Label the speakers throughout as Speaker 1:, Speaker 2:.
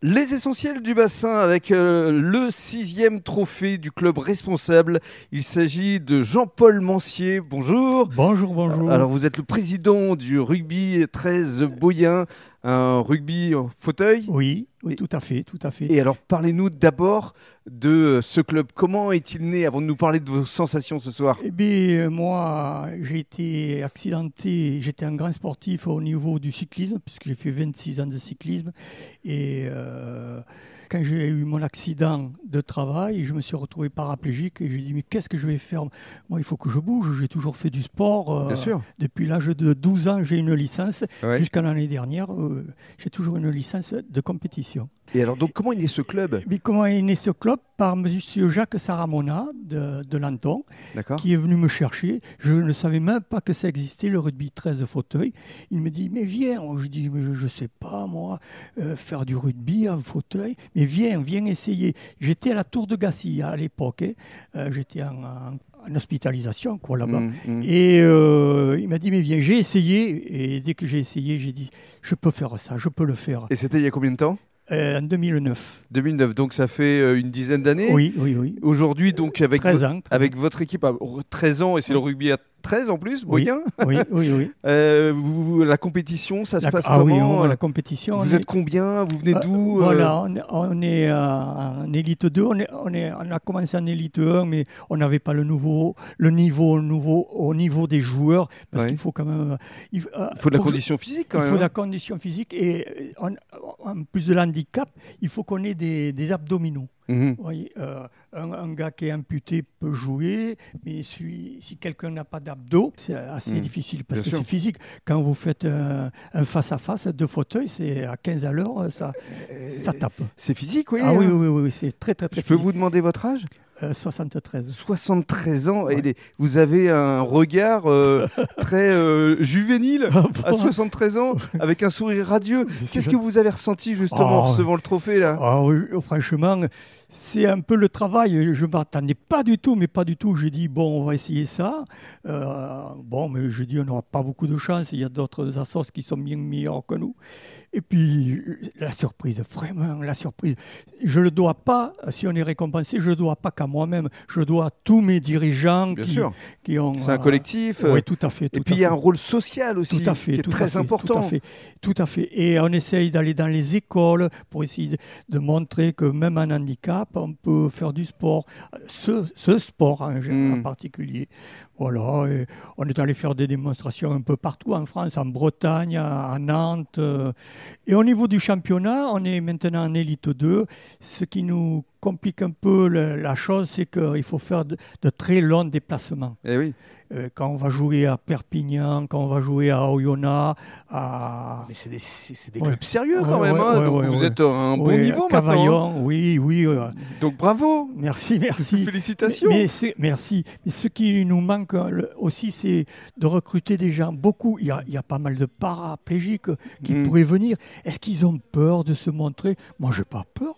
Speaker 1: Les essentiels du bassin avec euh, le sixième trophée du club responsable. Il s'agit de Jean-Paul Mancier. Bonjour.
Speaker 2: Bonjour, bonjour.
Speaker 1: Alors vous êtes le président du rugby 13 Boyen, un rugby en fauteuil.
Speaker 2: oui, oui, tout à fait, tout à fait.
Speaker 1: Et alors parlez-nous d'abord de ce club. Comment est-il né avant de nous parler de vos sensations ce soir
Speaker 2: Eh bien, euh, moi, j'ai été accidenté, j'étais un grand sportif au niveau du cyclisme, puisque j'ai fait 26 ans de cyclisme. Et euh, quand j'ai eu mon accident de travail, je me suis retrouvé paraplégique et j'ai dit, mais qu'est-ce que je vais faire Moi, il faut que je bouge, j'ai toujours fait du sport. euh,
Speaker 1: Bien sûr.
Speaker 2: Depuis l'âge de 12 ans, j'ai une licence.
Speaker 1: Ouais.
Speaker 2: Jusqu'à l'année dernière, euh, j'ai toujours une licence de compétition.
Speaker 1: Et alors donc comment il est ce club
Speaker 2: Mais comment est né ce club Par Monsieur Jacques Saramona de, de Lanton,
Speaker 1: D'accord.
Speaker 2: qui est venu me chercher. Je ne savais même pas que ça existait, le rugby 13 de fauteuil. Il me dit, mais viens. Je dis, mais je ne sais pas, moi, euh, faire du rugby en fauteuil. Mais viens, viens essayer. J'étais à la Tour de Gassy à l'époque. hein. Euh, J'étais en, en- en hospitalisation, quoi, là-bas.
Speaker 1: Mm, mm.
Speaker 2: Et euh, il m'a dit, mais viens, j'ai essayé. Et dès que j'ai essayé, j'ai dit, je peux faire ça, je peux le faire.
Speaker 1: Et c'était il y a combien de temps
Speaker 2: Euh, en 2009.
Speaker 1: 2009. Donc ça fait euh, une dizaine d'années.
Speaker 2: Oui, oui, oui.
Speaker 1: Aujourd'hui donc avec
Speaker 2: 13 ans.
Speaker 1: avec votre équipe à 13 ans, et c'est le rugby à 13 en plus,
Speaker 2: Oui.
Speaker 1: Boyen.
Speaker 2: Oui, oui, oui.
Speaker 1: Euh, vous- la compétition, ça se
Speaker 2: La-
Speaker 1: passe
Speaker 2: ah oui,
Speaker 1: comment euh,
Speaker 2: on- la compétition.
Speaker 1: Vous
Speaker 2: on
Speaker 1: êtes combien Vous venez
Speaker 2: est-
Speaker 1: d'où
Speaker 2: euh, Voilà, on est, on est, euh, en élite 2, on, est, on, est- on a commencé en élite 1, mais on n'avait pas le, nouveau, le niveau, nouveau au niveau des joueurs, parce
Speaker 1: Ouais.
Speaker 2: qu'il faut quand même... euh, Il f- euh,
Speaker 1: Il faut de la
Speaker 2: pour que-
Speaker 1: condition physique quand
Speaker 2: il
Speaker 1: même.
Speaker 2: faut de
Speaker 1: hein.
Speaker 2: la condition physique et euh, on- en plus de l'handicap, il faut qu'on ait des, des abdominaux.
Speaker 1: Mhm.
Speaker 2: Oui, euh, un, un gars qui est amputé peut jouer, mais si, si quelqu'un n'a pas d'abdos, c'est assez
Speaker 1: Mm.
Speaker 2: difficile parce
Speaker 1: Bien
Speaker 2: que
Speaker 1: sûr.
Speaker 2: c'est physique. Quand vous faites un un face-à-face, deux fauteuils, c'est à 15 à l'heure, euh, ça, ça tape.
Speaker 1: C'est physique, Euh, oui.
Speaker 2: ah
Speaker 1: hein.
Speaker 2: oui, oui, oui, oui, c'est très, très,
Speaker 1: Je
Speaker 2: très
Speaker 1: peux
Speaker 2: physique.
Speaker 1: vous demander votre âge
Speaker 2: Euh, 73.
Speaker 1: 73 ans. Et
Speaker 2: Ouais.
Speaker 1: les- vous avez un regard euh, très euh, juvénile
Speaker 2: Ah, Oh.
Speaker 1: à 73 ans, avec un sourire radieux. Qu'est-ce que vous avez ressenti justement en
Speaker 2: Oh.
Speaker 1: recevant le trophée là
Speaker 2: Ah oui, franchement, c'est un peu le travail. Je m'attendais pas du tout, mais pas du tout. J'ai dit, bon, on va essayer ça. Euh, bon, mais j'ai dit, on n'aura pas beaucoup de chance. Il y a d'autres assos qui sont bien meilleurs que nous. Et puis, la surprise, vraiment, la surprise. Je ne le dois pas, si on est récompensé, je ne le dois pas qu'à moi-même. Je le dois à tous mes dirigeants
Speaker 1: Bien
Speaker 2: qui,
Speaker 1: sûr.
Speaker 2: qui ont.
Speaker 1: C'est un
Speaker 2: euh,
Speaker 1: collectif. euh,
Speaker 2: Oui, tout à fait.
Speaker 1: et
Speaker 2: tout
Speaker 1: puis
Speaker 2: à
Speaker 1: il y a
Speaker 2: fait.
Speaker 1: un rôle social aussi
Speaker 2: Tout à fait,
Speaker 1: qui est
Speaker 2: tout à
Speaker 1: très
Speaker 2: fait,
Speaker 1: important.
Speaker 2: Tout à fait, tout à fait. Et on essaye d'aller dans les écoles pour essayer de, de montrer que même un handicap, on peut faire du sport, Euh, ce, ce sport en, gé-
Speaker 1: Mm.
Speaker 2: en particulier. Voilà, et on est allé faire des démonstrations un peu partout en France, en Bretagne, à à Nantes. euh. Et au niveau du championnat, on est maintenant en élite 2. Ce qui nous complique un peu le- la chose, c'est qu'il faut faire de- de très longs déplacements.
Speaker 1: Eh oui.
Speaker 2: Euh, quand on va jouer à Perpignan, quand on va jouer à Oyonnax, à
Speaker 1: Mais c'est des, c'est- c'est des
Speaker 2: Ouais.
Speaker 1: clubs sérieux quand
Speaker 2: Ouais,
Speaker 1: même.
Speaker 2: ouais,
Speaker 1: hein.
Speaker 2: ouais,
Speaker 1: Donc,
Speaker 2: ouais,
Speaker 1: vous
Speaker 2: ouais.
Speaker 1: êtes à un bon
Speaker 2: oui,
Speaker 1: niveau
Speaker 2: à
Speaker 1: maintenant. hein.
Speaker 2: Cavaillon, oui, oui. euh,
Speaker 1: Donc bravo.
Speaker 2: merci, merci.
Speaker 1: Félicitations.
Speaker 2: Mais c'est- merci. Mais ce qui nous manque euh, le- aussi, c'est de recruter des gens. Beaucoup, il y a, il y a pas mal de paraplégiques euh, qui
Speaker 1: Mm.
Speaker 2: pourraient venir. Est-ce qu'ils ont peur de se montrer Moi, j'ai pas peur.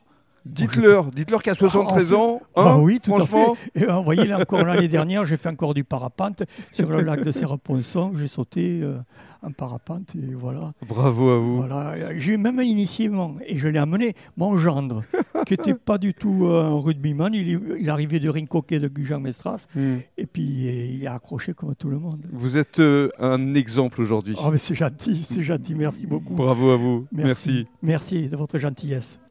Speaker 1: Dites-leur, dites-leur qu'à 73
Speaker 2: Ah,
Speaker 1: ans,
Speaker 2: Ah
Speaker 1: hein,
Speaker 2: oui, tout à
Speaker 1: franchement,
Speaker 2: fait. Et, euh, vous voyez, là, encore l'année dernière, j'ai fait encore du parapente sur le lac de Serre-Ponçon. J'ai sauté euh, en parapente et voilà.
Speaker 1: bravo à vous.
Speaker 2: Voilà, euh, j'ai même initié mon, et je l'ai amené, mon gendre, qui n'était pas du tout euh, un rugbyman. Il, est- il arrivait de Rincoquet de Gujan-Mestras,
Speaker 1: Hmm.
Speaker 2: et puis euh, il a accroché comme tout le monde.
Speaker 1: Vous êtes euh, un exemple aujourd'hui.
Speaker 2: Oh, mais c'est gentil, c'est gentil, Ah merci beaucoup.
Speaker 1: Bravo à vous. Merci.
Speaker 2: Merci de votre gentillesse.